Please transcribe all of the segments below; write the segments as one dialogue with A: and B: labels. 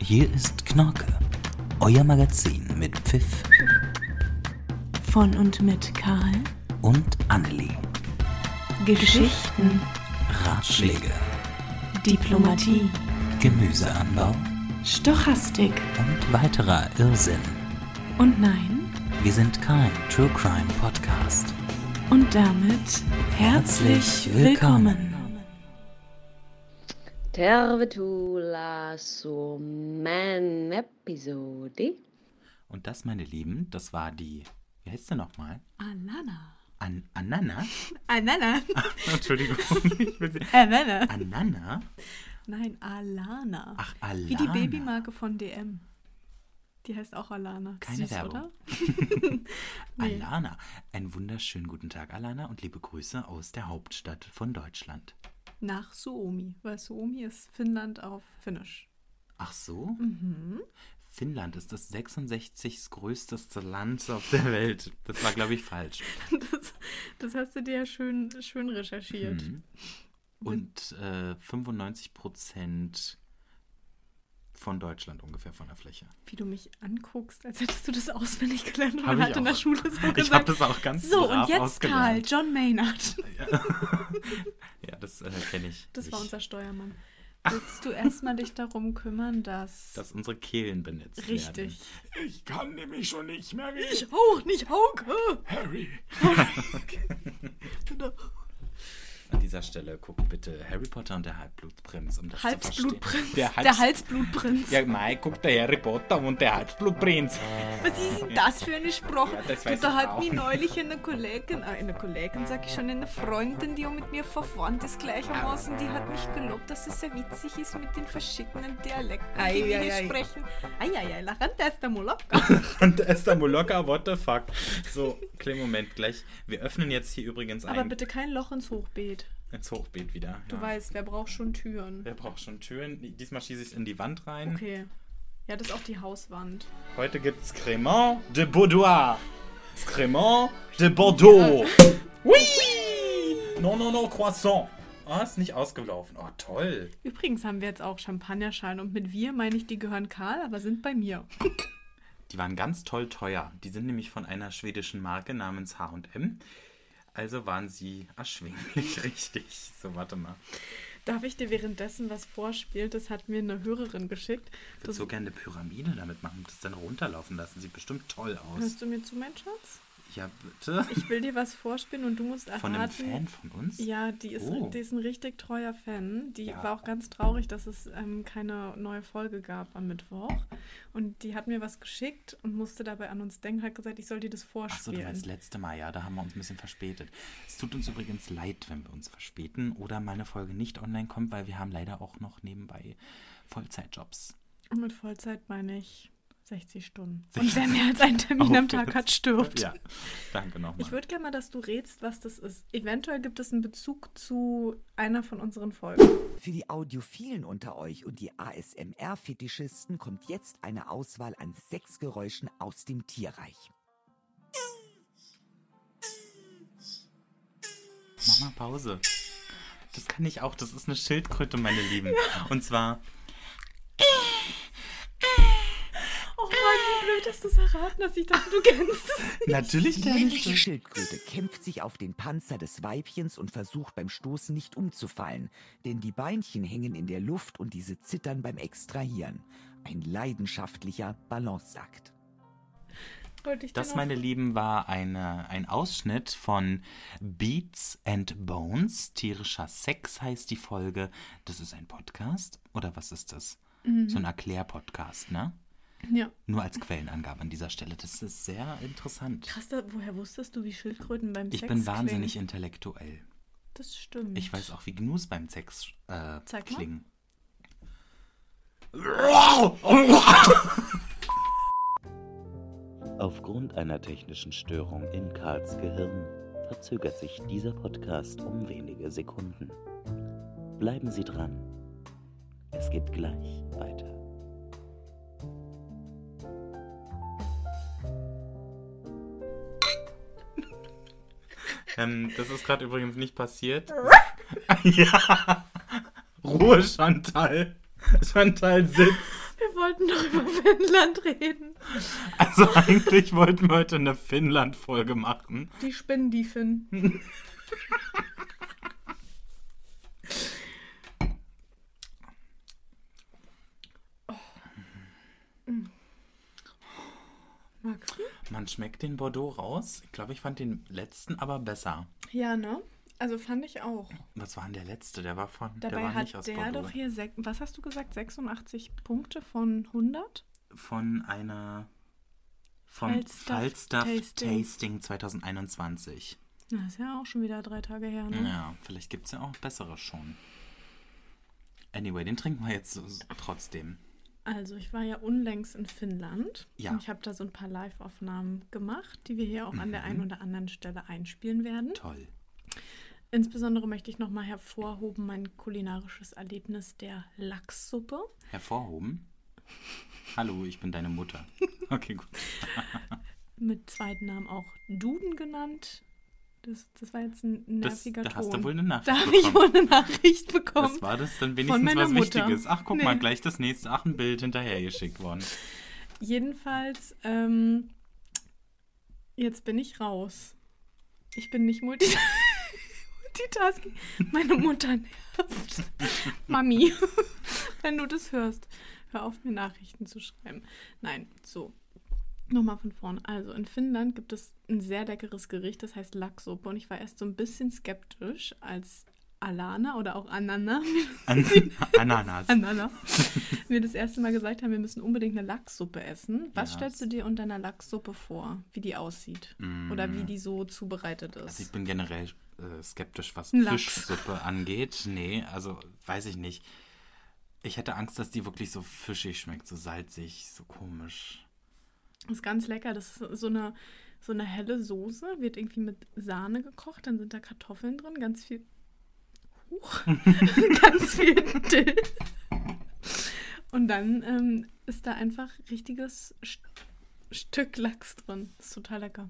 A: Hier ist Knorke, euer Magazin mit Pfiff
B: Von und mit Karl.
A: und Annelie.
B: Geschichten,
A: Ratschläge,
B: Diplomatie,
A: Gemüseanbau
B: Stochastik
A: und weiterer Irrsinn.
B: und nein.
A: Wir sind kein True Crime Podcast.
B: Und damit herzlich willkommen.
C: Tervetuloa Suomen episodi.
A: Und das, meine Lieben, das war die, wie heißt sie nochmal?
B: Anana.
A: An Anana?
B: Anana.
A: Entschuldigung. ich bin sie-
B: Anana.
A: Anana?
B: Nein, Alana.
A: Ach, Alana.
B: Wie die Babymarke von DM. Die heißt auch Alana.
A: Keine
B: Süß,
A: Werbung.
B: oder?
A: Alana. Einen wunderschönen guten Tag, Alana, und liebe Grüße aus der Hauptstadt von Deutschland.
B: Nach Suomi, weil Suomi ist Finnland auf Finnisch.
A: Ach so?
B: Mhm.
A: Finnland ist das 66. größte Land auf der Welt. Das war, glaube ich, falsch.
B: Das, das hast du dir ja schön, schön recherchiert.
A: Hm. Und äh, 95 Prozent von Deutschland ungefähr von der Fläche.
B: Wie du mich anguckst, als hättest du das auswendig gelernt und
A: Hab
B: man
A: ich
B: hat in der
A: auch.
B: Schule so gesagt.
A: Ich habe das auch ganz
B: so,
A: brav
B: und jetzt halt. Karl,
A: ausgelernt.
B: John Maynard.
A: Ja, das äh, kenne ich.
B: Das war
A: nicht.
B: unser Steuermann. Willst du erstmal dich darum kümmern, dass.
A: Dass unsere Kehlen benetzt werden.
B: richtig.
A: Ich kann nämlich schon nicht mehr reden.
B: Ich auch, nicht Hauke!
A: Harry.
B: Oder
A: An dieser Stelle guckt bitte Harry Potter und der Halbblutprinz, um das zu
B: Halsblutprinz.
A: verstehen.
B: Der,
A: Hals-
B: Halsblutprinz.
A: Ja, Mai guckt der Harry Potter und der Halbblutprinz.
B: Was ist denn das für eine Sprache?
A: Ja, das
B: du,
A: weiß
B: da
A: ich
B: hat
A: auch.
B: mir neulich eine Kollegin, äh, eine Kollegin, sag ich schon, eine Freundin, die auch mit mir verwandt ist gleichermaßen, die hat mich gelobt, dass es sehr witzig ist mit den verschiedenen Dialekten, die wir hier sprechen. Eieiei, la renta esta molocca.
A: Und Esther Molokka, what the fuck? So, kleinen Moment gleich. Wir öffnen jetzt hier übrigens
B: Aber
A: ein,
B: bitte kein Loch ins Hochbeet.
A: ins Hochbeet wieder.
B: Du
A: ja.
B: weißt, wer braucht schon Türen?
A: Wer braucht schon Türen? Diesmal schieße ich es in die Wand rein.
B: Okay. Ja, das ist auch die Hauswand.
A: Heute gibt's Cremant de Boudoir. Cremant de Bordeaux. Oui! Non, non, non, Croissant. Ah, ist nicht ausgelaufen. Oh, toll.
B: Übrigens haben wir jetzt auch Champagnerschalen und mit wir meine ich, die gehören Karl, aber sind bei mir.
A: Die waren ganz toll teuer. Die sind nämlich von einer schwedischen Marke namens H&M. Also waren sie erschwinglich richtig. So, warte mal.
B: Darf ich dir währenddessen was vorspielen? Das hat mir eine Hörerin geschickt.
A: Ich würde
B: Das
A: so gerne eine Pyramide damit machen und das dann runterlaufen lassen. Sieht bestimmt toll aus.
B: Hörst du mir zu, mein Schatz?
A: Ja, bitte.
B: Ich will dir was vorspielen und du musst erraten.
A: Von einem Fan von uns?
B: Ja, die ist,
A: Oh.
B: die ist ein richtig treuer Fan. Die
A: Ja.
B: war auch ganz traurig, dass es ähm, keine neue Folge gab am Mittwoch. Und die hat mir was geschickt und musste dabei an uns denken, hat gesagt, ich soll dir das
A: Achso, du
B: vorspielen.
A: meinst letzte Mal, ja, da haben wir uns ein bisschen verspätet. Es tut uns übrigens leid, wenn wir uns verspäten oder mal eine Folge nicht online kommt, weil wir haben leider auch noch nebenbei Vollzeitjobs.
B: und mit Vollzeit meine ich 60 Stunden. Und wer mehr als einen Termin am Tag hat, stirbt.
A: Ja, danke nochmal.
B: Ich würde gerne mal, dass du rätst, was das ist. Eventuell gibt es einen Bezug zu einer von unseren Folgen.
D: Für die Audiophilen unter euch und die ASMR-Fetischisten kommt jetzt eine Auswahl an sechs Geräuschen aus dem Tierreich.
A: Mach mal Pause. Das kann ich auch. Das ist eine Schildkröte, meine Lieben. Und zwar,
B: Oh Mann, wie blöd, dass du es erraten hast. Ich dachte, du kennst es.
A: natürlich
D: Die
A: der
D: männliche
A: nicht.
D: Schildkröte kämpft sich auf den Panzer des Weibchens und versucht beim Stoßen nicht umzufallen, denn die Beinchen hängen in der Luft und diese zittern beim Extrahieren. Ein leidenschaftlicher Balanceakt. Genau.
B: Wollte ich dir
A: Das,
B: noch-
A: meine Lieben, war eine, ein Ausschnitt von Beats and Bones. Tierischer Sex heißt die Folge. Das ist ein Podcast? Oder was ist das?
D: Mhm.
A: So ein Erklärpodcast, ne?
B: Ja.
A: Nur als Quellenangabe an dieser Stelle. Das ist sehr interessant.
B: Krass, da, woher wusstest du, wie Schildkröten beim
A: Ich
B: Sex
A: bin wahnsinnig
B: klingen?
A: intellektuell.
B: Das stimmt.
A: Ich weiß auch, wie Gnus beim Sex äh,
B: Zeig mal.
A: klingen.
E: Aufgrund einer technischen Störung in Karls Gehirn verzögert sich dieser Podcast um wenige Sekunden. Bleiben Sie dran. Es geht gleich weiter.
A: Ähm, das ist gerade übrigens nicht passiert. ja. Ruhe, Chantal. Chantal sitzt.
B: Wir wir wollten doch über Finnland reden.
A: Also eigentlich wollten wir heute eine Finnland-Folge machen.
B: Die Spinnen, die Finn.
A: Hm.
B: Magst du?
A: Man schmeckt den Bordeaux raus. Ich glaube, ich fand den letzten aber besser.
B: Ja, ne? Also fand ich auch.
A: Was war denn der letzte? Der war von
B: Dabei
A: der war
B: hat
A: nicht aus
B: der
A: Bordeaux.
B: doch hier, sech- was hast du gesagt, 86 Punkte von 100?
A: von einer vom
B: Falstaff
A: Falstaff,
B: Tasting.
A: Tasting. 2021.
B: Das ist ja auch schon wieder drei Tage her, ne?
A: Ja, vielleicht gibt es ja auch bessere schon. Anyway, den trinken wir jetzt so- so trotzdem.
B: Also ich war ja unlängst in Finnland
A: Ja.
B: und ich habe da so ein paar Live-Aufnahmen gemacht, die wir hier auch an der
A: Mhm.
B: einen oder anderen Stelle einspielen werden.
A: Toll.
B: Insbesondere möchte ich nochmal hervorhoben mein kulinarisches Erlebnis der Lachssuppe.
A: Hervorhoben. Hallo, ich bin deine Mutter. Okay, gut.
B: mit zweiten Namen auch Duden genannt. Das, das war jetzt ein
A: Das,
B: nerviger
A: da
B: das,
A: hast
B: Ton.
A: du wohl eine Nachricht
B: da habe ich
A: bekommen.
B: wohl eine Nachricht bekommen.
A: das war das dann
B: von
A: wenigstens
B: meiner
A: was
B: Mutter.
A: Wichtiges. Ach, guck mal,
B: Nee.
A: gleich das nächste. Ach, ein Bild hinterhergeschickt worden.
B: Jedenfalls, ähm, jetzt bin ich raus. Ich bin nicht multi multitasking. Meine Mutter nervt. Mami, wenn du das hörst, hör auf, mir Nachrichten zu schreiben. Nein, so. Nochmal von vorne. Also in Finnland gibt es ein sehr leckeres Gericht, das heißt Lachsuppe. Und ich war erst so ein bisschen skeptisch, als Alana oder auch Anana mir
A: An Ananas.
B: Anana. wir das erste Mal gesagt haben, wir müssen unbedingt eine Lachssuppe essen. Was
A: Ja.
B: stellst du dir unter einer Lachssuppe vor? Wie die aussieht? Oder wie die so zubereitet
A: Also ich
B: ist?
A: bin generell äh, skeptisch, was
B: Ein Lachs.
A: Fischsuppe angeht. Nee, also weiß ich nicht. Ich hätte Angst, dass die wirklich so fischig schmeckt, so salzig, so komisch.
B: Ist ganz lecker. Das ist so eine, so eine helle Soße, wird irgendwie mit Sahne gekocht. Dann sind da Kartoffeln drin, ganz viel. Huch, ganz viel Dill. Und dann ähm, ist da einfach richtiges St Stück Lachs drin. Ist total lecker.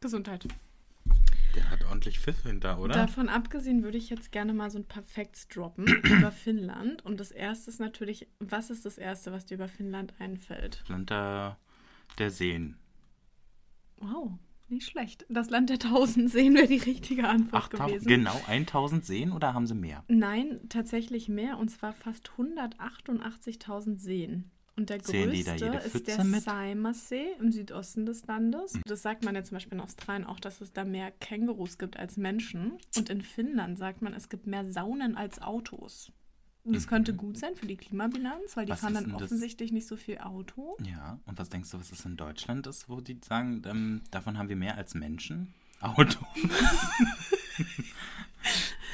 B: Gesundheit.
A: Der hat ordentlich Pfiff hinter, oder?
B: Davon abgesehen würde ich jetzt gerne mal so ein paar Facts droppen über Finnland. Und das erste ist natürlich, was ist das erste, was dir über Finnland einfällt?
A: Land der, der Seen.
B: Wow, nicht schlecht. Das Land der Tausend Seen wäre die richtige
A: Ach,
B: Antwort gewesen.
A: genau 1000 Seen oder haben sie mehr?
B: Nein, tatsächlich mehr. Und zwar fast 188.000 Seen. Und der
A: Zählen die da
B: größte
A: jede
B: ist
A: Pfütze
B: der
A: mit? Hm.
B: Saimassee im Südosten des Landes. Das sagt man ja zum Beispiel in Australien auch, dass es da mehr Kängurus gibt als Menschen. Und in Finnland sagt man, es gibt mehr Saunen als Autos. Und das könnte gut sein für die Klimabilanz, weil die
A: Mhm. Was
B: fahren
A: ist
B: dann
A: denn das?
B: offensichtlich nicht so viel Auto.
A: Ja, und was denkst du, was es in Deutschland ist, wo die sagen, ähm, davon haben wir mehr als Menschen? Autos.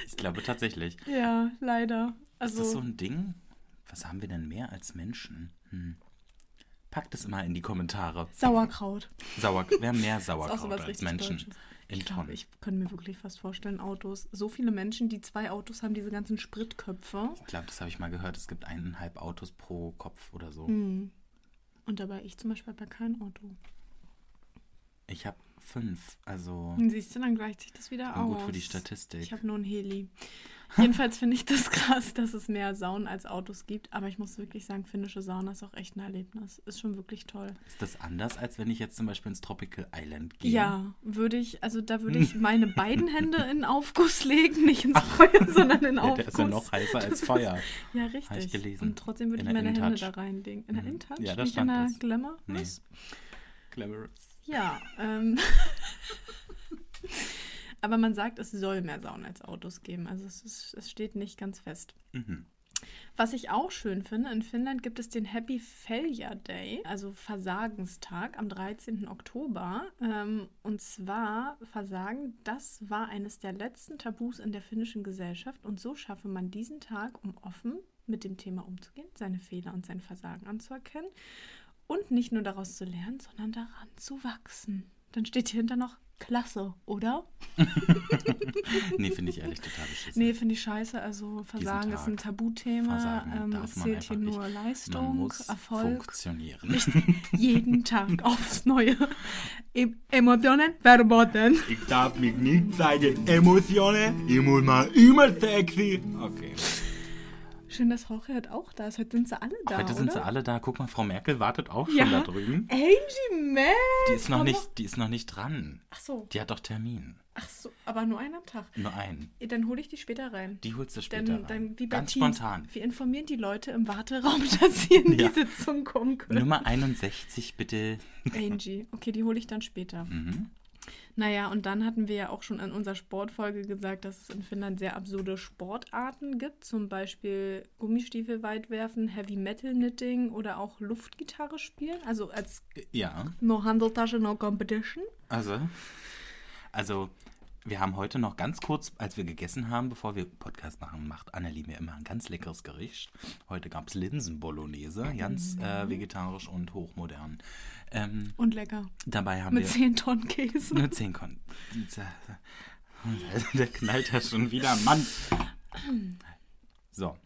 A: ich glaube tatsächlich.
B: Ja, leider.
A: Ist das so
B: Also,
A: ein Ding? Was haben wir denn mehr als Menschen? Hm. Packt es mal in die Kommentare.
B: Sauerkraut.
A: Sauer, wir haben mehr
B: Ist auch
A: Sauerkraut
B: sowas
A: als
B: richtig
A: Menschen.
B: Deutsches.
A: In
B: Ich glaube,
A: Tonnen.
B: ich könnte mir wirklich fast vorstellen, Autos. So viele Menschen, die zwei Autos haben, diese ganzen Spritköpfe.
A: Ich glaube, das habe ich mal gehört. Es gibt eineinhalb Autos pro Kopf oder so.
B: Hm. Und dabei, ich zum Beispiel habe ja kein Auto.
A: Ich habe fünf. Also
B: Und siehst du, dann gleicht sich das wieder
A: bin
B: aus.
A: gut für die Statistik.
B: Ich habe nur ein Heli. Jedenfalls finde ich das krass, dass es mehr Saunen als Autos gibt. Aber ich muss wirklich sagen, finnische Sauna ist auch echt ein Erlebnis. Ist schon wirklich toll.
A: ist das anders, als wenn ich jetzt zum Beispiel ins Tropical Island gehe?
B: Ja, würde ich, also da würde ich meine beiden Hände in Aufguss legen. Nicht ins Feuer, sondern in
A: Ja,
B: Aufguss.
A: der ist ja noch heißer
B: Das
A: als
B: ist-
A: Feuer.
B: Ja, richtig.
A: gelesen.
B: Und trotzdem würde
A: In
B: ich
A: der
B: meine Hände
A: InTouch.
B: da reinlegen. In der
A: Mhm.
B: InTouch?
A: Ja, da
B: Nicht in
A: stand
B: der
A: das.
B: Glamour?
A: Nee.
B: Was?
A: Glamorous.
B: Ja. Ähm. Aber man sagt, es soll mehr Saunen als Autos geben. Also es, ist, es steht nicht ganz fest.
A: Mhm.
B: Was ich auch schön finde, in Finnland gibt es den Happy Failure Day, also Versagenstag am 13. Oktober. Ähm, und zwar Versagen, das war eines der letzten Tabus in der finnischen Gesellschaft. Und so schaffe man diesen Tag, um offen mit dem Thema umzugehen, seine Fehler und sein Versagen anzuerkennen und nicht nur daraus zu lernen, sondern daran zu wachsen. Dann steht hier hinter noch Klasse, oder?
A: Nee, finde ich ehrlich total beschissen.
B: Nee, finde ich scheiße. Also Versagen
A: Tag.
B: ist ein Tabuthema.
A: Versagen
B: Ähm,
A: darf
B: es
A: man
B: zählt
A: einfach
B: hier nur
A: nicht. Man
B: Leistung,
A: muss
B: Erfolg.
A: funktionieren.
B: Nicht jeden Tag aufs Neue. Em- Emotionen verboten.
A: Ich darf mich nicht zeigen. Emotionen. Ich muss mal immer sexy. Okay.
B: Schön, dass Hochert auch da ist. Heute sind sie alle da.
A: Heute sind
B: oder?
A: sie alle da. Guck mal, Frau Merkel wartet auch schon
B: Ja.
A: da drüben.
B: Angie Mac!
A: Die ist, noch
B: komm
A: nicht, die ist noch nicht dran.
B: Ach so,
A: Die hat doch Termin.
B: ach so, aber nur einen am Tag.
A: Nur einen.
B: Eh, Dann hole ich die später rein.
A: Die holst du
B: dann,
A: später rein.
B: dann wie bei
A: Ganz
B: Teams.
A: spontan.
B: Wir informieren die Leute im Warteraum, dass sie in
A: Ja.
B: die Sitzung kommen können.
A: Nummer 61, bitte.
B: Angie. Okay, die hole ich dann später.
A: Mhm.
B: Naja, und dann hatten wir ja auch schon in unserer Sportfolge gesagt, dass es in Finnland sehr absurde Sportarten gibt, zum Beispiel Gummistiefel weitwerfen, Heavy Metal Knitting oder auch Luftgitarre spielen, also als
A: Ja,
B: No Handeltasche, No Competition.
A: also. Also, wir haben heute noch ganz kurz, als wir gegessen haben, bevor wir Podcast machen, macht Annelie mir immer ein ganz leckeres Gericht. Heute gab es Linsen-Bolognese, ganz äh, vegetarisch und hochmodern. Ähm,
B: Und lecker.
A: dabei haben
B: Mit
A: wir.
B: 10 Tonnen Käse.
A: Nur 10 Kon. Der knallt ja schon wieder, Mann. So.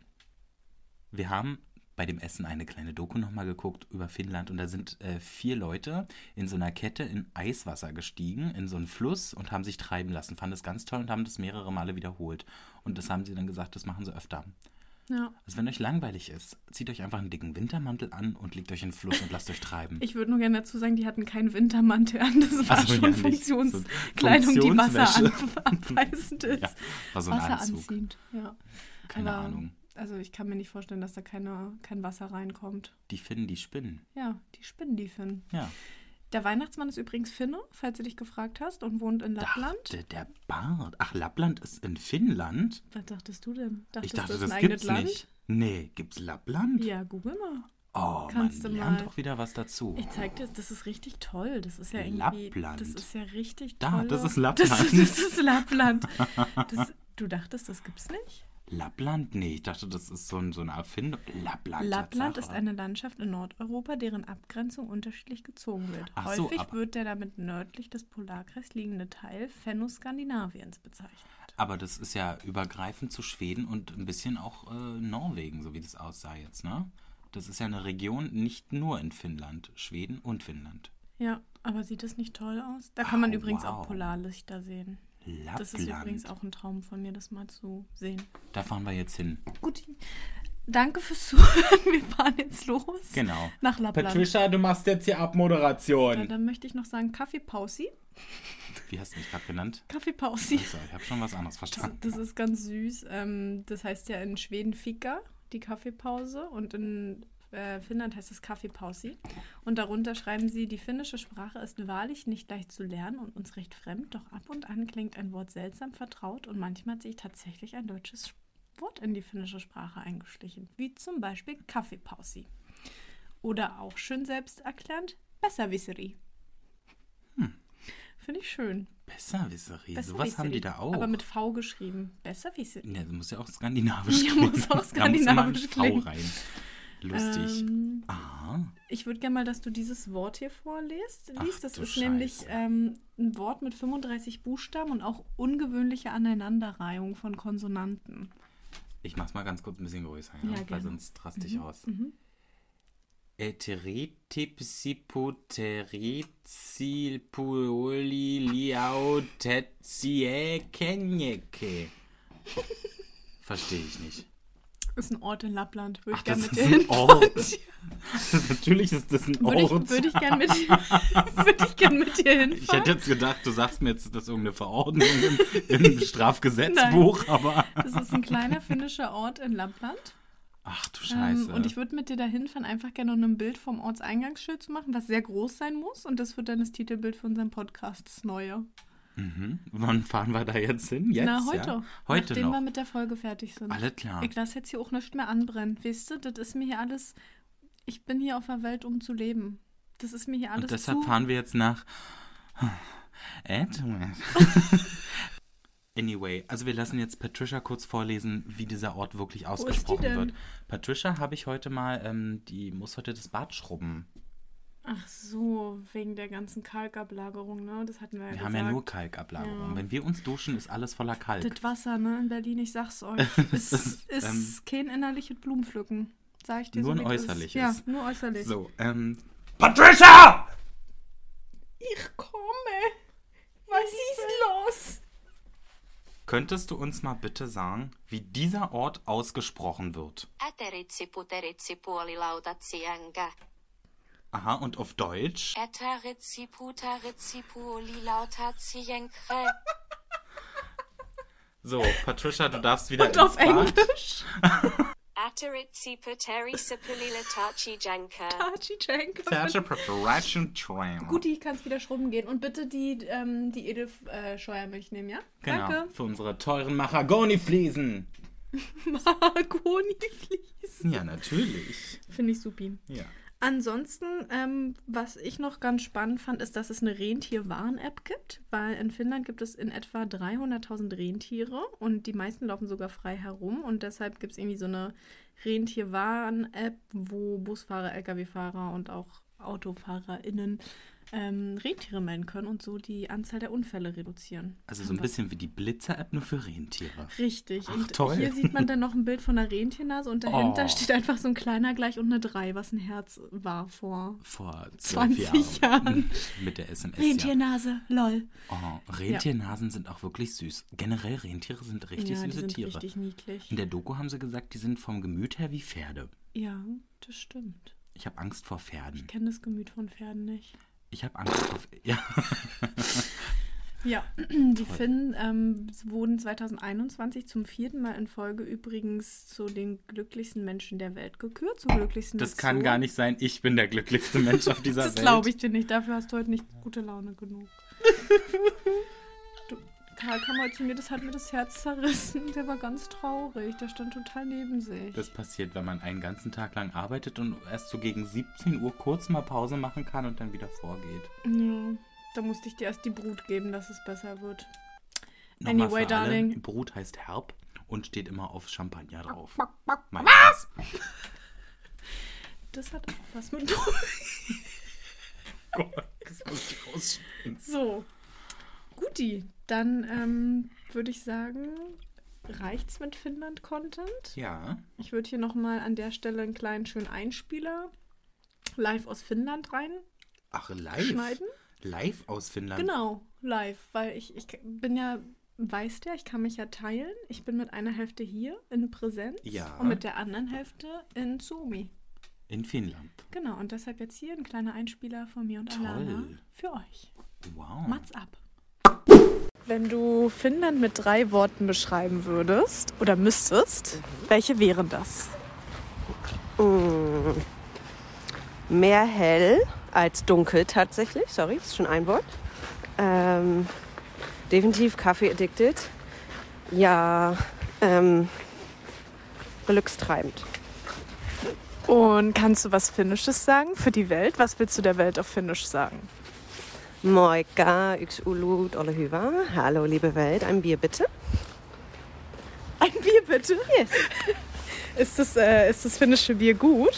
A: Wir haben bei dem Essen eine kleine Doku nochmal geguckt über Finnland und da sind äh, vier Leute in so einer Kette in Eiswasser gestiegen, in so einen Fluss und haben sich treiben lassen. Fanden das ganz toll und haben das mehrere Male wiederholt. Und das haben sie dann gesagt, das machen sie öfter.
B: Ja.
A: Also wenn euch langweilig ist, zieht euch einfach einen dicken Wintermantel an und legt euch in den Fluss und lasst euch treiben.
B: Ich würde nur gerne dazu sagen, die hatten keinen Wintermantel an. Das war
A: Also ja,
B: schon
A: nicht so
B: Funktionskleidung, die
A: Funktionswäsche.
B: wasserabweisend ist.
A: Ja, war so ein
B: Wasser
A: Anzug.
B: anziehend. Ja.
A: Keine
B: Aber,
A: Ahnung.
B: Also ich kann mir nicht vorstellen, dass da keine, kein Wasser reinkommt.
A: Die Finnen, die spinnen.
B: Ja, die spinnen die Finnen.
A: Ja.
B: Der Weihnachtsmann ist übrigens Finne, falls du dich gefragt hast, und wohnt in Lappland.
A: Dachte der Bart. Ach, Lappland ist in Finnland?
B: Was dachtest du denn? Dachtest
A: ich dachte,
B: du,
A: das,
B: ist ein eigenes
A: gibt's
B: Land?
A: nicht. Nee, gibt's Lappland?
B: Ja, google mal.
A: Oh,
B: Kannst
A: man
B: du
A: lernt
B: mal.
A: auch wieder was dazu.
B: Ich zeig dir, das ist richtig toll. Das ist ja irgendwie.
A: Lappland.
B: Das ist ja richtig
A: Da,
B: toll.
A: das ist Lappland.
B: Das, ist- das ist Lappland. Das, du dachtest, das gibt's nicht?
A: Lappland? Nee, ich dachte, das ist so, ein, so eine Erfindung. Lappland.
B: Lappland ist
A: Tatsache.
B: eine Landschaft in Nordeuropa, deren Abgrenzung unterschiedlich gezogen wird.
A: Ach so,
B: Häufig
A: aber-
B: wird der damit nördlich des Polarkreises liegende Teil Fennoskandinaviens bezeichnet.
A: Aber das ist ja übergreifend zu Schweden und ein bisschen auch äh, Norwegen, so wie das aussah jetzt, ne? Das ist ja eine Region nicht nur in Finnland, Schweden und Finnland.
B: Ja, aber sieht das nicht toll aus? Da kann man
A: Oh,
B: übrigens
A: wow.
B: auch Polarlichter sehen.
A: Lappland.
B: Das ist übrigens auch ein Traum von mir, das mal zu sehen.
A: Da fahren wir jetzt hin.
B: Gut, danke fürs Zuhören. Wir fahren jetzt los.
A: Genau.
B: Nach Lappland.
A: du machst jetzt hier
B: Ja,
A: Abmoderation.
B: dann möchte ich noch sagen, Kaffeepausi.
A: Wie hast du mich gerade genannt?
B: Kaffeepausi.
A: So, ich habe schon was anderes
B: Das,
A: verstanden.
B: das ist ganz süß. Ähm, das heißt ja in Schweden Fika, die Kaffeepause. Und in äh, Finnland heißt es Kaffeepausi. Und darunter schreiben sie, die finnische Sprache ist wahrlich nicht leicht zu lernen und uns recht fremd. Doch ab und an klingt ein Wort seltsam vertraut und manchmal hat sich tatsächlich ein deutsches Wort in die finnische Sprache eingeschlichen. Wie zum Beispiel Kaffeepausi. Oder auch schön selbsterklärend Besserwisseri. Finde ich schön.
A: Besserwisserie. Sowas
B: Besserwisserie.
A: haben die da auch.
B: Aber mit V geschrieben. Besserwisserie.
A: ja, das muss ja auch skandinavisch
B: Ja,
A: klingen.
B: muss auch
A: da muss
B: skandinavisch
A: immer ein
B: klingen.
A: V rein. Lustig.
B: Ähm,
A: Aha.
B: ich würde gerne mal, dass du dieses Wort hier vorliest.
A: Ach,
B: Liest. Das
A: du
B: ist nämlich
A: Scheiße.
B: ähm, ein Wort mit 35 Buchstaben und auch ungewöhnliche Aneinanderreihung von Konsonanten.
A: Ich mach's mal ganz kurz ein bisschen größer,
B: Ja,
A: ja? weil
B: gerne. Mhm,
A: sonst raste ich aus. Eteritipsiputerizilpuoliliautetiekenjeke. Verstehe ich nicht.
B: Ist ein Ort in Lappland. Würde
A: Ach,
B: ich gerne
A: das
B: mit
A: ist
B: dir
A: ein
B: hinfahren.
A: Ort. Natürlich ist das ein
B: Würde ich,
A: Ort.
B: würde ich gerne mit, würde ich gern mit dir hinfahren.
A: Ich hätte jetzt gedacht, du sagst mir jetzt, das ist irgendeine Verordnung im, im Strafgesetzbuch, aber.
B: das ist ein kleiner finnischer Ort in Lappland.
A: Ach du Scheiße.
B: Ähm, und ich würde mit dir dahin fahren, einfach gerne um ein Bild vom Ortseingangsschild zu machen, was sehr groß sein muss. Und das wird dann das Titelbild für unseren Podcast, das neue.
A: Wann fahren wir da jetzt hin? Jetzt?
B: Na, heute.
A: Ja? Heute
B: nachdem wir
A: noch.
B: mit der Folge fertig sind.
A: Alles klar.
B: Ich lasse jetzt hier auch nicht mehr anbrennen. Weißt du, das ist mir hier alles. Ich bin hier auf der Welt, um zu leben. Das ist mir hier alles.
A: Und deshalb
B: zu,
A: fahren wir jetzt nach. Edmonton. Anyway, also wir lassen jetzt Patricia kurz vorlesen, wie dieser Ort wirklich
B: die
A: ausgesprochen
B: denn?
A: wird. Patricia habe ich heute mal, ähm, die muss heute das Bad schrubben.
B: Ach so, wegen der ganzen Kalkablagerung, ne? Das hatten wir ja
A: Wir haben
B: gesagt.
A: ja nur Kalkablagerung.
B: Ja.
A: Wenn wir uns duschen, ist alles voller Kalk.
B: Das Wasser, ne? In Berlin, ich sag's euch. Es
A: ist,
B: ist,
A: ähm,
B: kein innerliches Blumenpflücken. Sag ich dir
A: nur
B: so,
A: ein
B: wie es ist.
A: äußerliches.
B: Ja, nur äußerlich.
A: So, ähm. Patricia!
B: Ich komme. Was ist los?
A: Könntest du uns mal bitte sagen, wie dieser Ort ausgesprochen wird?
F: Äteritsi puteritsi puolilautatziänkä.
A: Aha, und auf Deutsch?
F: Äteritsi putaritsi puolilautatziänkä.
A: So, Patricia, du darfst wieder
B: Und auf
A: ins Bad.
B: Englisch.
F: Äteritsi puterisi puolilautatziänkä.
B: Archie-Jank.
A: Theater Preparation Train.
B: Guti, ich kann es wieder schrubben gehen. Und bitte die, ähm, die Edith äh, Scheuermilch nehmen, ja?
A: genau,
B: Danke.
A: für unsere teuren Mahagoni-Fliesen.
B: Mahagoni-Fliesen.
A: Ja, natürlich.
B: Finde ich supi.
A: Ja.
B: Ansonsten, ähm, was ich noch ganz spannend fand, ist, dass es eine Rentierwarn-App gibt, weil in Finnland gibt es in etwa 300.000 Rentiere und die meisten laufen sogar frei herum und deshalb gibt es irgendwie so eine Rentierwarn-App, wo Busfahrer, Lkw-Fahrer und auch AutofahrerInnen ähm, Rentiere melden können und so die Anzahl der Unfälle reduzieren.
A: Also so ein bisschen wie die Blitzer-App nur für Rentiere.
B: Richtig.
A: Ach,
B: und
A: toll.
B: hier sieht man dann noch ein Bild von einer Rentiernase und dahinter
A: Oh.
B: steht einfach so ein kleiner gleich und eine 3, was ein Herz war vor
A: Vor
B: 20
A: zwölf Jahren. Mit der SMS. Ja.
B: Rentiernase, lol.
A: Oh, Rentiernasen sind auch wirklich süß. Generell Rentiere sind richtig
B: ja, die
A: süße
B: sind
A: Tiere.
B: richtig niedlich.
A: In der Doku haben sie gesagt, die sind vom Gemüt her wie Pferde.
B: Ja, das stimmt.
A: Ich habe Angst vor Pferden.
B: Ich kenne das Gemüt von Pferden nicht.
A: Ich habe Angst vor. Ja.
B: Ja, die Finnen ähm, wurden 2021 zum vierten Mal in Folge übrigens zu den glücklichsten Menschen der Welt gekürt, zum glücklichsten
A: Das
B: Nation.
A: kann gar nicht sein. Ich bin der glücklichste Mensch auf dieser
B: Das
A: Welt.
B: glaube ich dir nicht. Dafür hast du heute nicht gute Laune genug. du, Karl kam heute zu mir, das hat mir das Herz zerrissen. Der war ganz traurig. Der stand total neben sich.
A: Das passiert, wenn man einen ganzen Tag lang arbeitet und erst so gegen 17 Uhr kurz mal Pause machen kann und dann wieder vorgeht.
B: ja, da musste ich dir erst die Brut geben, dass es besser wird.
A: Nochmal
B: Anyway,
A: für alle,
B: darling.
A: Brut heißt Herb und steht immer auf Champagner drauf. Was?
B: Das hat auch was mit Brut.
A: Gott, das muss ich rausschneiden.
B: So. Guti, dann ähm, würde ich sagen, reicht's mit Finnland-Content.
A: Ja.
B: Ich würde hier nochmal an der Stelle einen kleinen schönen Einspieler live aus Finnland rein
A: Ach, live.
B: Schneiden?
A: Live aus Finnland.
B: Genau, live, weil ich, ich bin ja, weißt ja, ich kann mich ja teilen. Ich bin mit einer Hälfte hier in Präsenz
A: Ja.
B: und mit der anderen Hälfte in Zoomi.
A: In Finnland.
B: Genau, und deshalb jetzt hier ein kleiner Einspieler von mir und
A: Toll.
B: Alana für euch.
A: Wow.
B: Mats ab. Wenn du Finnland mit drei Worten beschreiben würdest oder müsstest,
A: Mhm.
B: welche wären das?
G: mehr hell als dunkel tatsächlich. Sorry, ist schon ein Wort. Ähm, definitiv Kaffee addicted. Ja, ähm, glückstreibend.
H: Und kannst du was Finnisches sagen für die Welt? Was willst du der Welt auf Finnisch sagen?
G: Moika, yks ulu, dolle hyvä. Hallo, liebe Welt, ein Bier bitte.
H: Ein Bier bitte.
G: Yes.
H: Ist das, äh, ist das finnische Bier gut?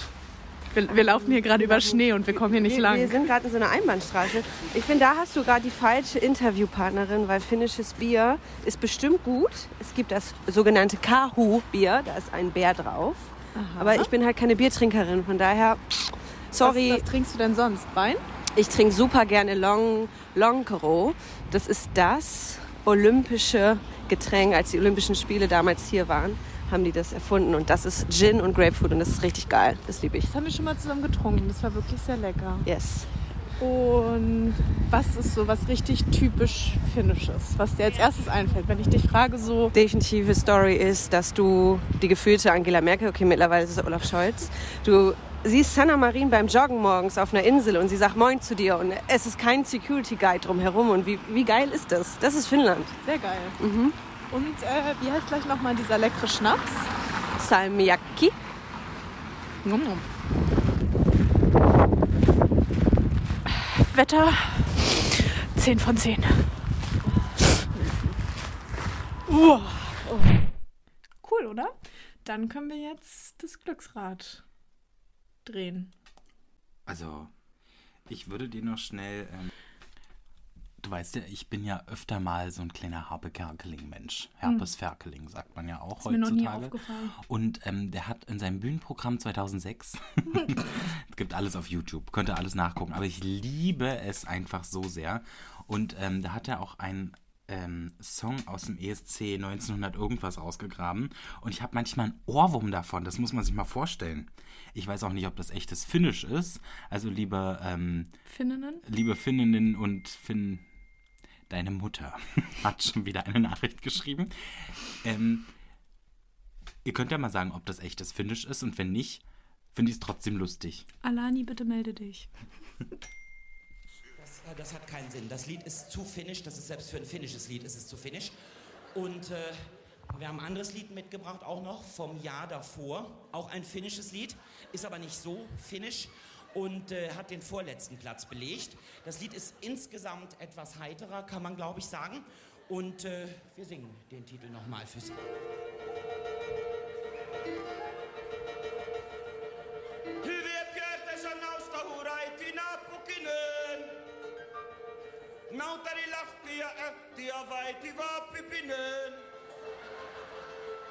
H: Wir, wir laufen hier gerade über Schnee und wir kommen hier nicht
G: wir, Wir
H: lang.
G: sind gerade in so einer Einbahnstraße. Ich finde, da hast du gerade die falsche Interviewpartnerin, weil finnisches Bier ist bestimmt gut. Es gibt das sogenannte Kahu-Bier, da ist ein Bär drauf. Aber ich bin halt keine Biertrinkerin, von daher, sorry,
H: Was, was trinkst du denn sonst? Wein?
G: ich trinke super gerne Long, Longero. Das ist das olympische Getränk, als die Olympischen Spiele damals hier waren haben die das erfunden und das ist Gin und Grapefruit und das ist richtig geil. Das liebe ich.
H: Das haben wir schon mal zusammen getrunken. Das war wirklich sehr lecker.
G: Yes.
H: Und was ist so was richtig typisch Finnisches, was dir als erstes einfällt, wenn ich dich frage so,
G: definitive Story ist, dass du die gefühlte Angela Merkel, okay, mittlerweile ist es Olaf Scholz, du siehst Sanna Marin beim Joggen morgens auf einer Insel und sie sagt Moin zu dir und es ist kein Security Guide drumherum und wie, wie geil ist das? Das ist Finnland.
H: sehr geil. Und äh, wie heißt gleich nochmal dieser leckere Schnaps?
G: Salmiakki.
H: Wetter 10 von 10.
B: Cool, oder? Dann können wir jetzt das Glücksrad drehen.
A: Also, ich würde dir noch schnell. Ähm, du weißt ja, ich bin ja öfter mal so ein kleiner Harpe-Kerkeling-Mensch. Herpes-Ferkeling sagt man ja auch
B: Hm. mir noch
A: heutzutage.
B: nie aufgefallen.
A: Und ähm, der hat in seinem Bühnenprogramm 2006, es gibt alles auf YouTube, könnt ihr alles nachgucken, aber ich liebe es einfach so sehr. Und ähm, da hat er auch ein ähm, Song aus dem ESC 1900 irgendwas rausgegraben und ich habe manchmal einen Ohrwurm davon. Das muss man sich mal vorstellen. Ich weiß auch nicht, ob das echtes Finnisch ist. Also liebe, ähm,
B: Finninnen?
A: liebe Finninnen und Finn, deine Mutter hat schon wieder eine Nachricht geschrieben. Ähm, ihr könnt ja mal sagen, ob das echtes Finnisch ist und wenn nicht, finde ich es trotzdem lustig.
B: Alani, bitte melde dich.
I: Das, äh, das hat keinen Sinn. Das Lied ist zu finnisch. Das ist selbst für ein finnisches Lied ist es zu finnisch. Und äh, wir haben ein anderes Lied mitgebracht, auch noch vom Jahr davor. Auch ein finnisches Lied, ist aber nicht so finnisch und äh, hat den vorletzten Platz belegt. Das Lied ist insgesamt etwas heiterer, kann man glaube ich sagen. Und äh, wir singen den Titel nochmal für Sie. Hyviä kierteessä nausta huraitina pukineen. Nautari lahti ja ätti ja vaiti vaapipineen.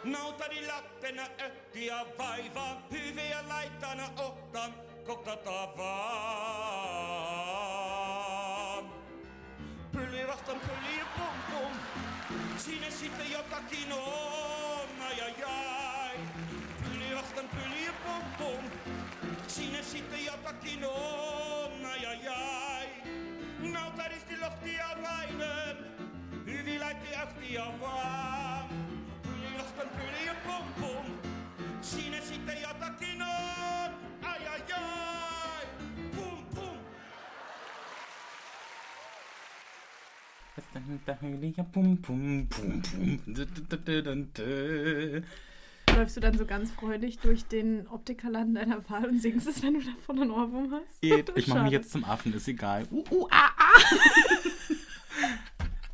I: Nautari lattena ätti ja vaivaa, hyviä laitana ohtan, koktata vaan. Pyli vastaan pyli ja pum pum, siinä sitten jotakin on, ai ai ai. Pyli vastaan pyli ja pum pum, siinä sitten jotakin on, ai ai ai. Nautaristi lohti ja vainen, hyvin laitti ähti ja vaan. Pyli vastaan pyli ja pum pum, siinä sitten jotakin on, ai ai ai. Pum pum.
B: Läufst du dann so ganz freudig durch den Optikerladen deiner Wahl und singst es, wenn du davon einen Ohrwurm hast?
A: Geht. Ich mache
B: Schade.
A: mich jetzt zum Affen, ist egal. Uh, uh, ah, ah.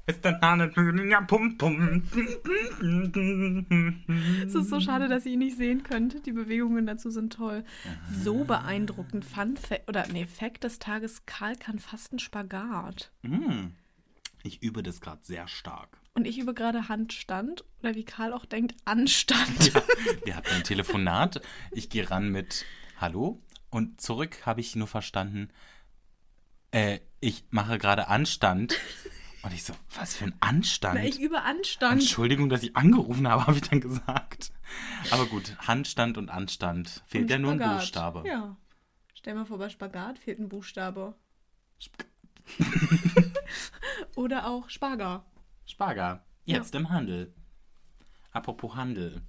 A: Ist der Name ja, pum, pum.
B: Es ist so schade, dass ihr ihn nicht sehen könnt. Die Bewegungen dazu sind toll. So beeindruckend. Fun Fact, oder nee, Fact des Tages, Karl kann fast einen Spagat.
A: Ich übe das gerade sehr stark.
B: Und ich übe gerade Handstand, oder wie Karl auch denkt, Anstand.
A: Wir hatten ein Telefonat. Ich gehe ran mit Hallo und zurück habe ich nur verstanden, äh, ich mache gerade Anstand. Und ich so, was für ein Anstand?
B: Na, ich übe Anstand.
A: Entschuldigung, dass ich angerufen habe, habe ich dann gesagt. Aber gut, Handstand und Anstand. Fehlt
B: Und
A: ja nur ein
B: Spagat.
A: Buchstabe.
B: Ja. Stell mal vor, bei Spagat fehlt ein Buchstabe. oder auch Sparger.
A: Sparger, jetzt im Handel. Apropos Handel.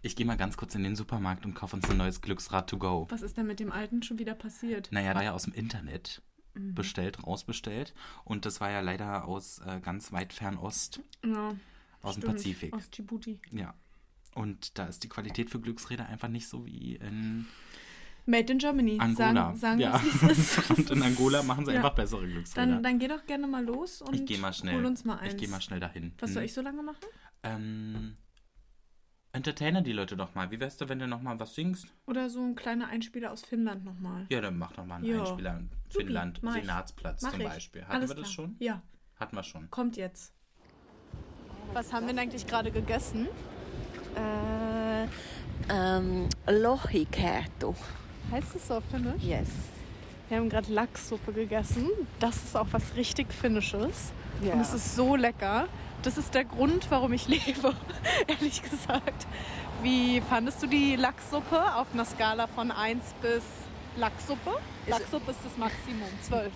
A: Ich gehe mal ganz kurz in den Supermarkt und kaufe uns ein neues Glücksrad to go.
B: Was ist denn mit dem Alten schon wieder passiert?
A: Naja, war ja aus dem Internet
B: Mhm.
A: bestellt, rausbestellt. Und das war ja leider aus äh, ganz weit Fernost,
B: Ja,
A: aus dem
B: stimmt.
A: Pazifik.
B: Aus Djibouti.
A: ja. Und da ist die Qualität für Glücksräder einfach nicht so wie in
B: Made in Germany.
A: Angola.
B: Sagen, sagen
A: ja.
B: ja. wie es ist.
A: und in Angola machen sie
B: Ja.
A: einfach bessere Glücksräder.
B: Dann, dann geh doch gerne mal los und
A: ich gehe mal schnell.
B: hol uns mal eins.
A: Ich gehe mal schnell dahin.
B: Was soll
A: Hm.
B: ich so lange machen?
A: Ähm, entertaine die Leute doch mal. Wie wär's da, wenn du noch mal was singst?
B: Oder so ein kleiner Einspieler aus Finnland nochmal.
A: Ja, dann mach doch mal einen
B: Ja.
A: Einspieler in
B: Supi,
A: Finnland,
B: mach ich.
A: Senatsplatz
B: Mach
A: zum
B: ich.
A: Beispiel. Hatten
B: Alles
A: wir das
B: klar.
A: schon?
B: Ja,
A: Hatten wir schon.
B: kommt jetzt.
H: Was haben wir denn eigentlich gerade gegessen?
C: Äh, ähm, Lohikerto.
H: Heißt es so auf Finnisch?
C: Yes.
H: Wir haben gerade Lachssuppe gegessen. Das ist auch was richtig Finnisches.
C: Ja.
H: Und es ist so lecker. Das ist der Grund, warum ich lebe, ehrlich gesagt. Wie fandest du die Lachssuppe auf einer Skala von 1 bis Lachssuppe? Lachssuppe ist das Maximum, 12.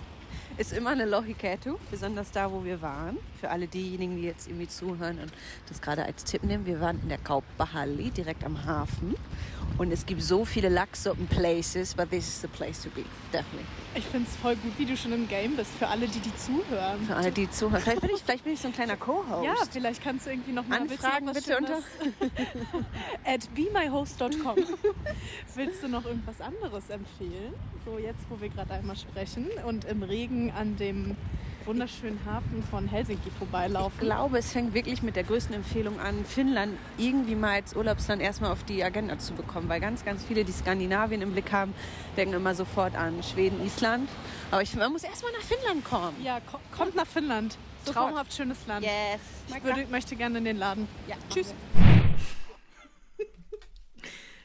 G: Ist immer eine Lochiketu, besonders da, wo wir waren. Für alle diejenigen, die jetzt irgendwie zuhören und das gerade als Tipp nehmen. Wir waren in der Kauppahalli, direkt am Hafen. Und es gibt so viele Lachssuppen-Places, but this is the place to be. Definitely.
H: Ich finde es voll gut, wie du schon im Game bist, für alle, die die zuhören.
G: Für alle, die zuhören. Vielleicht bin ich, vielleicht bin ich so ein kleiner Co-Host.
H: Ja, vielleicht kannst du irgendwie noch mal willst du
G: Anfragen
H: noch was
G: bitte unter-
H: Schönes- at bemyhost.com. willst du noch irgendwas anderes empfehlen? So jetzt, wo wir gerade einmal sprechen und im Regen an dem wunderschönen Hafen von Helsinki
G: Ich
H: vorbeilaufen.
G: glaube, es fängt wirklich mit der größten Empfehlung an, Finnland irgendwie mal als Urlaubsland erstmal auf die Agenda zu bekommen, weil ganz, ganz viele, die Skandinavien im Blick haben, denken immer sofort an Schweden, Island. Aber ich finde, man muss erstmal nach Finnland kommen.
H: Ja, ko kommt nach Finnland.
G: Sofort.
H: Traumhaft schönes Land.
G: Yes.
H: Ich würde, möchte gerne in den Laden.
G: Ja,
H: Tschüss.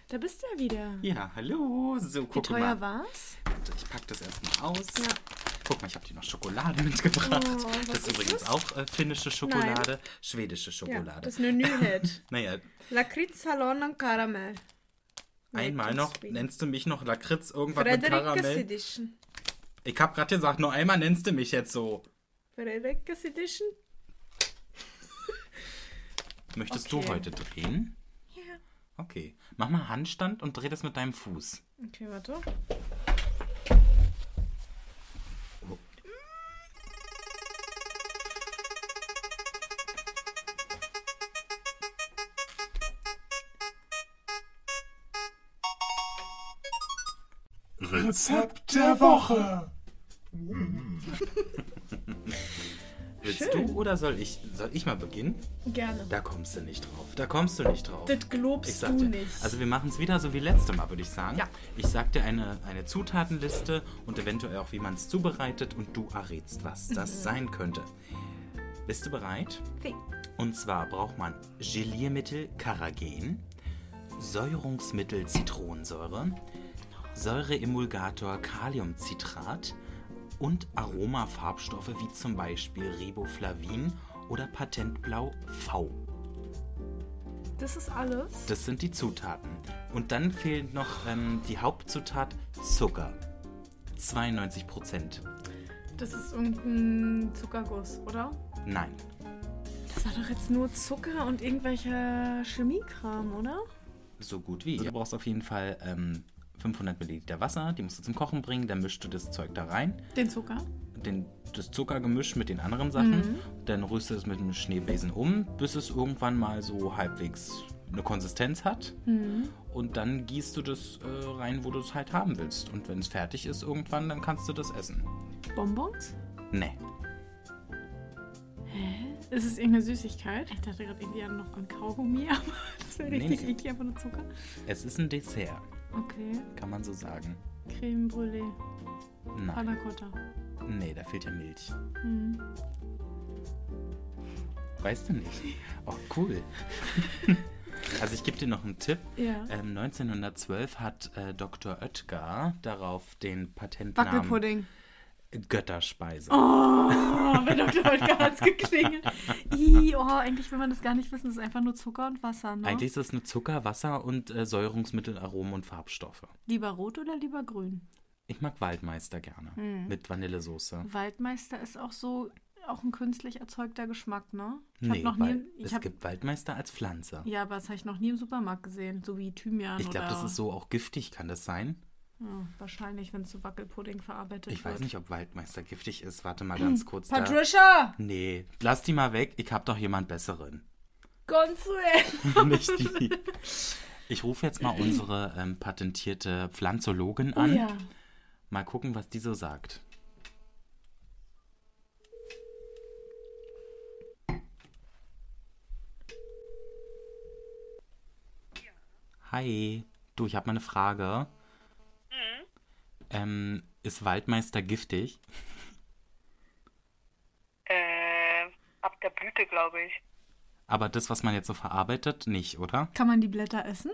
B: Da bist du ja wieder.
A: Ja, hallo. So,
B: Wie
A: guck
B: teuer
A: mal.
B: war's?
A: Ich pack das erstmal aus.
B: Ja.
A: Guck mal, ich habe dir noch Schokolade mitgebracht.
B: Oh, was
A: das ist
B: ist
A: übrigens
B: das?
A: auch äh, finnische Schokolade, schwedische
B: Ja,
A: Schokolade.
B: das ist eine Neuheit.
A: naja,
B: Lakritz, Salon und Karamell.
A: einmal
B: das
A: noch,
B: ist wie-
A: nennst du mich noch Lakritz, irgendwas mit
B: Fredericus
A: Karamell?
B: Edition.
A: Ich habe gerade gesagt, nur einmal nennst du mich jetzt so.
B: Fredericus Edition?
A: Möchtest
B: Okay.
A: du heute drehen? Ja. Okay. Mach mal Handstand und dreh das mit deinem Fuß.
B: Okay, warte.
A: Willst du oder soll ich? Soll ich mal beginnen?
B: Gerne.
A: Da kommst du nicht drauf. Da kommst du nicht drauf.
B: Das globst
A: Ich sag
B: du
A: dir,
B: nicht.
A: also wir machen es wieder so wie letzte Mal, würde ich sagen.
B: Ja.
A: Ich sag dir eine, eine Zutatenliste und eventuell auch, wie man es zubereitet und du errätst, was
B: Mhm.
A: das sein könnte. Bist du bereit?
B: Okay.
A: Und zwar braucht man Geliermittel Karagen, Säurungsmittel Zitronensäure, Säureemulgator Kaliumcitrat und Aromafarbstoffe wie zum Beispiel Riboflavin oder Patentblau V.
B: Das ist alles.
A: Das sind die Zutaten. Und dann fehlt noch ähm, die Hauptzutat Zucker. 92 Prozent.
B: Das ist irgendein Zuckerguss, oder?
A: Nein.
B: Das war doch jetzt nur Zucker und irgendwelcher Chemiekram, oder?
A: So gut wie. Du brauchst auf jeden Fall ähm, 500 Milliliter Wasser, die musst du zum Kochen bringen, dann mischst du das Zeug da rein,
B: Den Zucker?
A: den, das Zuckergemisch mit den anderen Sachen, dann rührst du das mit einem Schneebesen um, bis es irgendwann mal so halbwegs eine Konsistenz hat. Und dann gießt du das äh, rein, wo du es halt haben willst. Und wenn es fertig ist irgendwann, dann kannst du das essen.
B: Bonbons?
A: Nee.
B: Ist es irgendeine Süßigkeit? Ich dachte gerade irgendwie an- noch an Kaugummi, aber das wäre
A: Nee,
B: richtig
A: nee.
B: eklig, einfach nur Zucker.
A: Es ist ein Dessert,
B: Okay.
A: kann man so sagen.
B: Creme Brûlée,
A: Nein.
B: Panna Cotta.
A: Nee, da fehlt ja Milch.
B: Hm.
A: Weißt du nicht? Oh, cool. also ich gebe dir noch einen Tipp.
B: Ja.
A: Ähm, 1912 hat äh, Dr. Oetker darauf den Patentnamen
B: Wackelpudding.
A: Götterspeise.
B: Oh, bei Dr. Oetker hat's geklingelt. Ih, oh, eigentlich will man das gar nicht wissen. Das ist einfach nur Zucker und Wasser, ne?
A: Eigentlich ist es nur Zucker, Wasser und äh, Säurungsmittel, Aromen und Farbstoffe.
B: Lieber rot oder lieber grün?
A: Ich mag Waldmeister gerne
B: Hm.
A: mit Vanillesoße.
B: Waldmeister ist auch so, auch ein künstlich erzeugter Geschmack, ne? Ich hab
A: Nee,
B: noch nie,
A: weil
B: ich
A: es
B: hab,
A: gibt Waldmeister als Pflanze.
B: Ja, aber das habe ich noch nie im Supermarkt gesehen, so wie Thymian
A: ich glaube,
B: oder
A: das ist so auch giftig, kann das sein?
B: Ja, wahrscheinlich, wenn es zu Wackelpudding verarbeitet
A: Ich
B: wird.
A: weiß nicht, ob Waldmeister giftig ist. Warte mal ganz kurz. da-
B: Patricia!
A: Nee, lass die mal weg. Ich hab doch jemand Besseren.
B: Gonzuel!
A: Nicht die. Ich rufe jetzt mal unsere ähm, patentierte Pflanzologin an.
B: Oh Ja.
A: Mal gucken, was die so sagt. Hi, du, ich habe mal eine Frage.
J: Mhm.
A: Ähm, ist Waldmeister giftig?
J: Äh, ab der Blüte, glaube ich.
A: Aber das, was man jetzt so verarbeitet, nicht, oder?
B: Kann man die Blätter essen?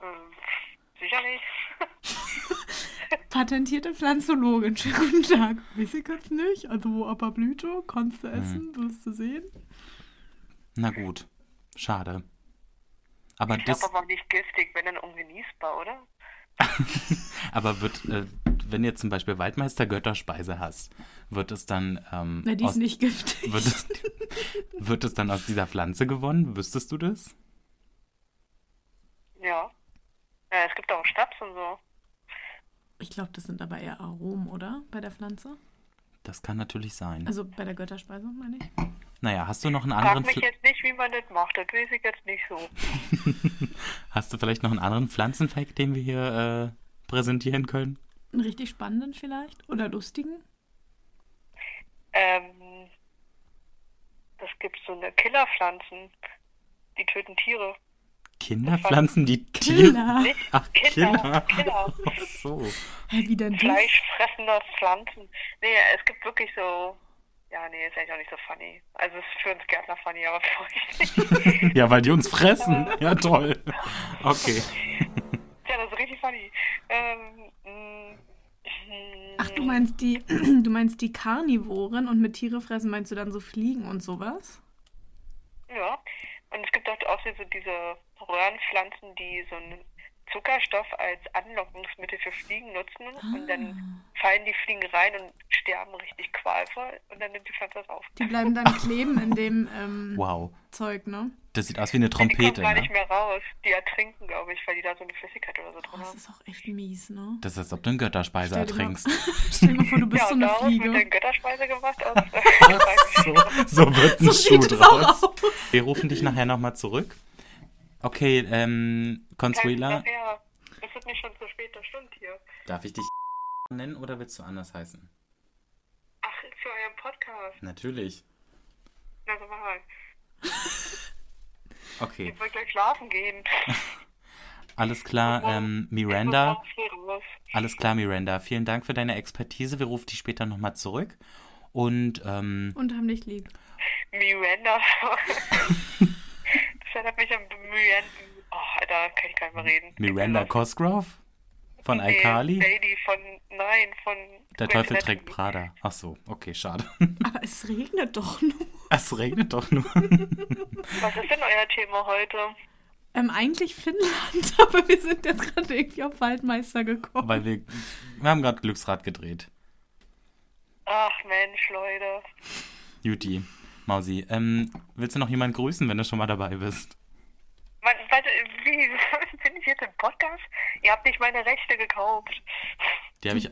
J: Ähm, sicher nicht.
B: Patentierte Pflanzologin. Schönen guten Tag. Weiß ich jetzt nicht. Also, aber Blüte kannst
A: Mhm.
B: du essen, wirst du sehen.
A: Na gut, schade. Aber
J: Ich
A: das,
J: glaube aber nicht giftig, wenn dann ungenießbar, oder?
A: aber wird, äh, wenn ihr zum Beispiel Waldmeister Götterspeise hast, wird es dann ähm,
B: Na, die
A: aus,
B: ist nicht giftig.
A: wird es, wird es dann aus dieser Pflanze gewonnen? Wüsstest du das?
J: Ja. ja es gibt auch Schnaps und so.
B: Ich glaube, das sind aber eher Aromen, oder? Bei der Pflanze?
A: Das kann natürlich sein.
B: Also bei der Götterspeise, meine ich.
A: naja, hast du noch einen
J: Frag
A: anderen,
J: mich
A: Pfl-
J: jetzt nicht, wie man das macht. Das weiß ich jetzt nicht so.
A: hast du vielleicht noch einen anderen Pflanzenfact, den wir hier äh, präsentieren können?
B: Einen richtig spannenden vielleicht? Oder lustigen?
J: Ähm, das gibt so eine Killerpflanzen. Die töten Tiere.
A: Kinderpflanzen, die Tiere.
B: Killer!
J: Nicht?
A: Ach,
J: Killer.
A: Killer.
J: Killer.
A: Ach so.
B: Hä, wie denn das?
J: Fleischfressender Pflanzen. Nee, es gibt wirklich so. Ja, nee, ist eigentlich auch nicht so funny. Also, es ist für uns Gärtner funny, aber für euch nicht.
A: Ja, weil die uns fressen. Ja, toll. Okay.
J: Ja, das ist richtig funny. Ähm, mh,
B: Ach, du meinst die, du meinst die Karnivoren und mit Tiere fressen meinst du dann so Fliegen und sowas?
J: Ja, und es gibt auch, auch so diese Röhrenpflanzen, die so einen Zuckerstoff als Anlockungsmittel für Fliegen nutzen
B: Ah.
J: und dann fallen die Fliegen rein und sterben richtig qualvoll und dann nimmt die Pflanze das auf.
B: Die bleiben dann kleben in dem ähm,
A: Wow.
B: Zeug, ne?
A: Das sieht aus wie eine
J: Die kommt
A: Trompete.
J: gar nicht
A: Ne?
J: mehr raus. Die ertrinken, glaube ich, weil die da so eine Flüssigkeit oder so
B: Oh,
J: drin
B: das
J: haben.
B: ist auch echt mies, ne?
A: Das ist, als ob du eine Götterspeise
B: Stell dir mal-
A: ertrinkst.
B: Stell dir mal vor, du bist
J: Ja,
B: so
J: und
B: eine
J: daraus wird
B: Fliege.
J: dann Götterspeise gemacht. äh, Aus,
A: So, so wird ein
B: So
A: Schuh
B: sieht es auch
A: draus.
B: aus.
A: Wir rufen dich nachher nochmal zurück. Okay, ähm, Consuela,
J: Ja, es wird nicht schon zu spät, das stimmt hier.
A: darf ich dich nennen oder willst du anders heißen?
J: Ach, zu eurem Podcast.
A: Natürlich.
J: Na, sag mal,
A: Okay,
J: ich will gleich schlafen gehen.
A: alles klar, ähm,
J: Ich
A: Miranda.
J: muss morgen früh raus.
A: Alles klar, Miranda. Vielen Dank für deine Expertise. Wir rufen dich später nochmal zurück. Und ähm,
B: Und haben dich lieb.
J: Miranda. das erinnert mich an Miranda. Oh, Alter, kann ich gar nicht mehr reden.
A: Miranda Cosgrove von
J: Genau. Nee,
A: Alkali.
J: Lady von, nein, von...
A: Der
J: Grey's
A: Teufel
J: Anatomy.
A: trägt Prada. Ach so, okay, schade.
B: Aber es regnet doch nur.
A: Es regnet doch nur.
J: Was ist denn euer Thema heute?
B: Ähm, eigentlich Finnland, aber wir sind jetzt gerade irgendwie auf Waldmeister gekommen.
A: Weil wir, wir haben gerade Glücksrad gedreht.
J: Ach Mensch, Leute.
A: Juti, Mausi, ähm, willst du noch jemanden grüßen, wenn du schon mal dabei bist?
J: Man, warte, wie bin ich jetzt im Podcast? Ihr habt nicht meine Rechte gekauft.
A: Die habe ich.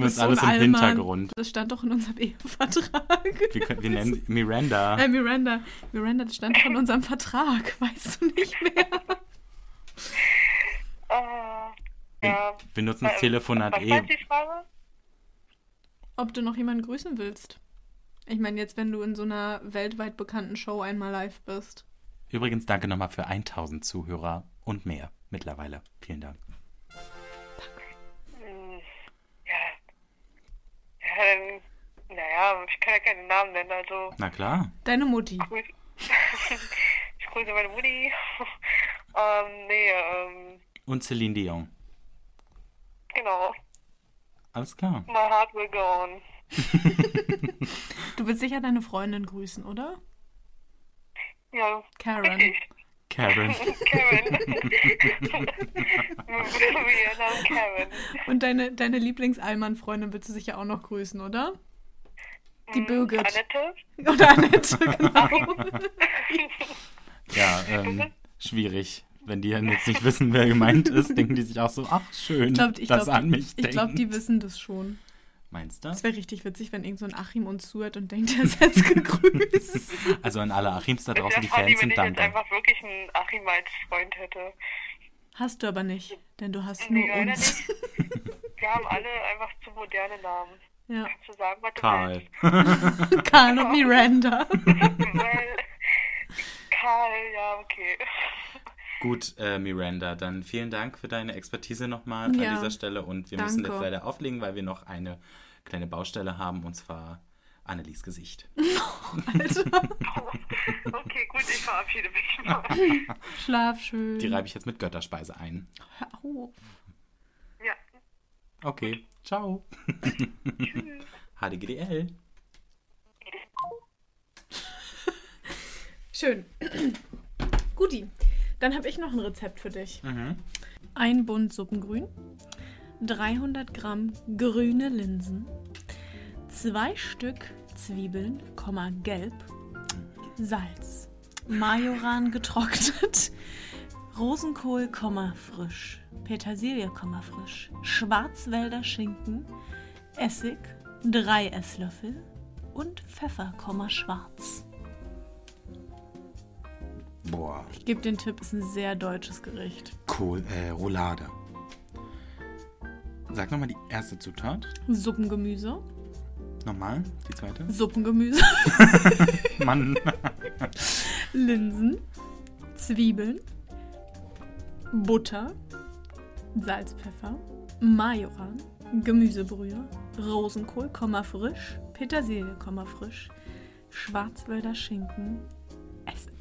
B: Das
A: Das
B: ist
A: ist
B: so
A: alles
B: ein
A: im
B: Allmann.
A: Hintergrund.
B: Das stand doch in unserem Ehevertrag.
A: Wir, können, wir nennen sie Miranda.
B: Äh, Miranda. Miranda, das stand doch in unserem Vertrag. Weißt du nicht mehr?
J: Äh, ja.
A: Wir nutzen das Telefonat
J: Was
A: eh.
J: war die Frage?
B: Ob du noch jemanden grüßen willst? Ich meine, jetzt, wenn du in so einer weltweit bekannten Show einmal live bist.
A: Übrigens, danke nochmal für 1000 Zuhörer und mehr mittlerweile. Vielen Dank.
J: Hm, Ja, ähm, naja, ich kann ja keine Namen nennen, also
A: Na klar.
B: Deine Mutti.
J: grüß, ich grüße meine Mutti. ähm, nee, ähm,
A: Und Celine Dion.
J: genau.
A: Alles klar.
J: My heart will go on.
B: Du willst sicher deine Freundin grüßen, oder?
J: Ja,
B: Karen.
A: Karen.
J: Karen. Wir haben Karen.
B: Und deine, deine Lieblings-Allmann-Freundin willst du sicher auch noch grüßen, oder? Die Birgit.
J: Mm, Mhm. Annette?
B: Oder Annette, genau.
A: Ja, ähm, schwierig. Wenn die jetzt nicht wissen, wer gemeint ist, denken die sich auch so, ach schön,
B: Ich glaube, ich
A: dass
B: glaub,
A: an mich
B: ich glaub,
A: denkt.
B: die wissen das schon.
A: Meinst du?
B: Es wäre richtig witzig, wenn irgend so ein Achim uns zuhört und denkt, er ist jetzt gegrüßt.
A: Also an alle Achims da draußen,
J: Das
A: die
J: fand ich,
A: Fans
J: wenn
A: sind
J: ich jetzt
A: danke.
J: einfach wirklich einen Achim als Freund hätte.
B: Hast du aber nicht, denn du hast
J: Nee,
B: nur
J: leider
B: uns.
J: Wir haben alle einfach zu moderne Namen.
B: Ja.
J: Kannst du sagen, was du
A: Karl.
B: Karl und Miranda.
J: willst? Weil Karl, ja, okay.
A: Gut, äh, Miranda, dann vielen Dank für deine Expertise nochmal
B: Ja.
A: an dieser Stelle. Und wir müssen
B: Danke.
A: jetzt leider auflegen, weil wir noch eine kleine Baustelle haben, und zwar Annelies Gesicht.
J: Okay, gut, ich verabschiede mich mal.
B: Schlaf schön.
A: Die reibe ich jetzt mit Götterspeise ein.
B: Hör auf.
J: Ja.
A: Okay, ciao. HDGDL.
B: Schön. Guti, dann habe ich noch ein Rezept für dich. Ein Bund Suppengrün, 300 Gramm grüne Linsen, zwei Stück Zwiebeln, Komma, gelb, Salz, Majoran getrocknet, Rosenkohl, Komma, frisch, Petersilie, Komma, frisch, Schwarzwälder Schinken, Essig, drei Esslöffel und Pfeffer, Komma, schwarz.
A: Boah,
B: Ich gebe den Tipp, ist ein sehr deutsches Gericht.
A: cool, äh, Roulade. Sag nochmal die erste Zutat.
B: Suppengemüse.
A: Nochmal, die zweite.
B: Suppengemüse.
A: Mann.
B: Linsen. Zwiebeln. Butter. Salz, Pfeffer. Majoran. Gemüsebrühe. Rosenkohl, Komma frisch. Petersilie, Komma frisch. Schwarzwälder Schinken. Essig.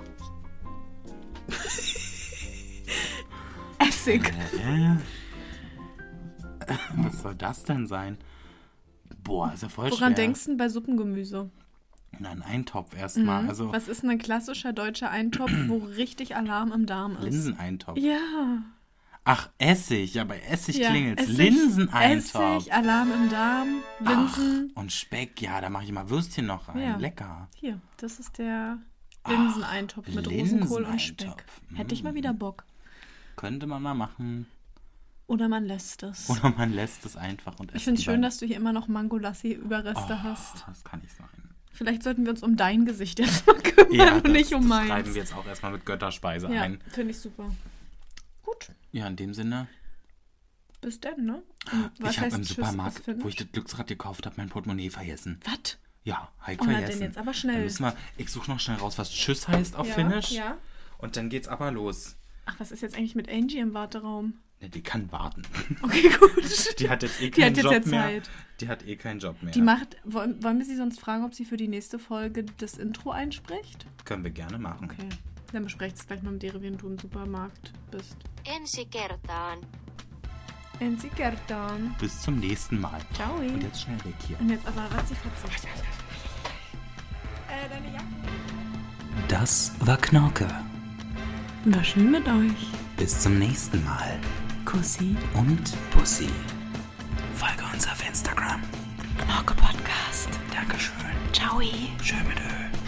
B: Essig.
A: Was soll das denn sein? Boah, ist ja voll
B: Woran
A: schwer.
B: denkst du denn bei Suppengemüse?
A: Na, ein Eintopf erstmal.
B: Mhm.
A: Also
B: Was ist denn ein klassischer deutscher Eintopf, wo richtig Alarm im Darm ist?
A: Linseneintopf.
B: Ja.
A: Ach, Essig. Ja, bei Essig
B: ja.
A: klingelt's.
B: Essig-
A: Linseneintopf.
B: Essig, Alarm im Darm, Linsen.
A: Und Speck, ja, da mache ich mal Würstchen noch rein.
B: Ja.
A: Lecker.
B: Hier, das ist der Linseneintopf mit Rosenkohl und Speck.
A: Linseneintopf. Hm.
B: Hätte ich mal wieder Bock.
A: Könnte man mal machen.
B: Oder man lässt es.
A: Oder man lässt es einfach und
B: ich
A: isst
B: finde es
A: die
B: schön,
A: beiden. Oh.
B: dass du hier immer noch Mangolassi-Überreste hast.
A: Das kann nicht sein.
B: Vielleicht sollten wir uns um dein Gesicht jetzt mal kümmern und
A: das,
B: nicht um
A: das
B: meins.
A: treiben wir jetzt auch erstmal mit Götterspeise
B: ja,
A: ein.
B: finde ich super. Gut,
A: Ja, in dem Sinne.
B: bis dann, ne? Und was
A: ich habe
B: heißt
A: im
B: Tschüss,
A: Supermarkt,
B: bis finden?
A: wo ich das Glücksrad gekauft habe, mein Portemonnaie vergessen.
B: Was?
A: Ja, Heiko
B: Oh, na denn
A: vergessen.
B: jetzt aber schnell.
A: Dann müssen wir, ich suche noch schnell raus, was Tschüss heißt auf
B: Ja,
A: Finnisch.
B: ja.
A: Und dann geht's aber los.
B: Ach, was ist jetzt eigentlich mit Angie im Warteraum?
A: Ne, Die kann warten.
B: Okay, gut.
A: Die hat jetzt eh
B: Die
A: keinen
B: hat jetzt
A: Job
B: ja
A: mehr.
B: Zeit.
A: Die hat eh keinen Job mehr.
B: Die macht, wollen, wollen wir sie sonst fragen, ob sie für die nächste Folge das Intro einspricht?
A: Können wir gerne machen.
B: Okay. Dann besprecht es gleich mal mit dir, wenn du im Supermarkt bist.
F: Ensi kertaan.
B: Ensi Gertan.
A: Bis zum nächsten Mal.
B: Ciao.
A: Und jetzt schnell weg hier.
B: Und jetzt aber ratzi fatzi. Äh, deine Jacke.
A: Das war Knorke.
B: War schön mit euch.
A: Bis zum nächsten Mal.
B: Kussi.
A: Und Pussy. Folge uns auf Instagram.
B: Knorke Podcast.
A: Dankeschön.
B: Ciao. eh.
A: Schön mit Öl.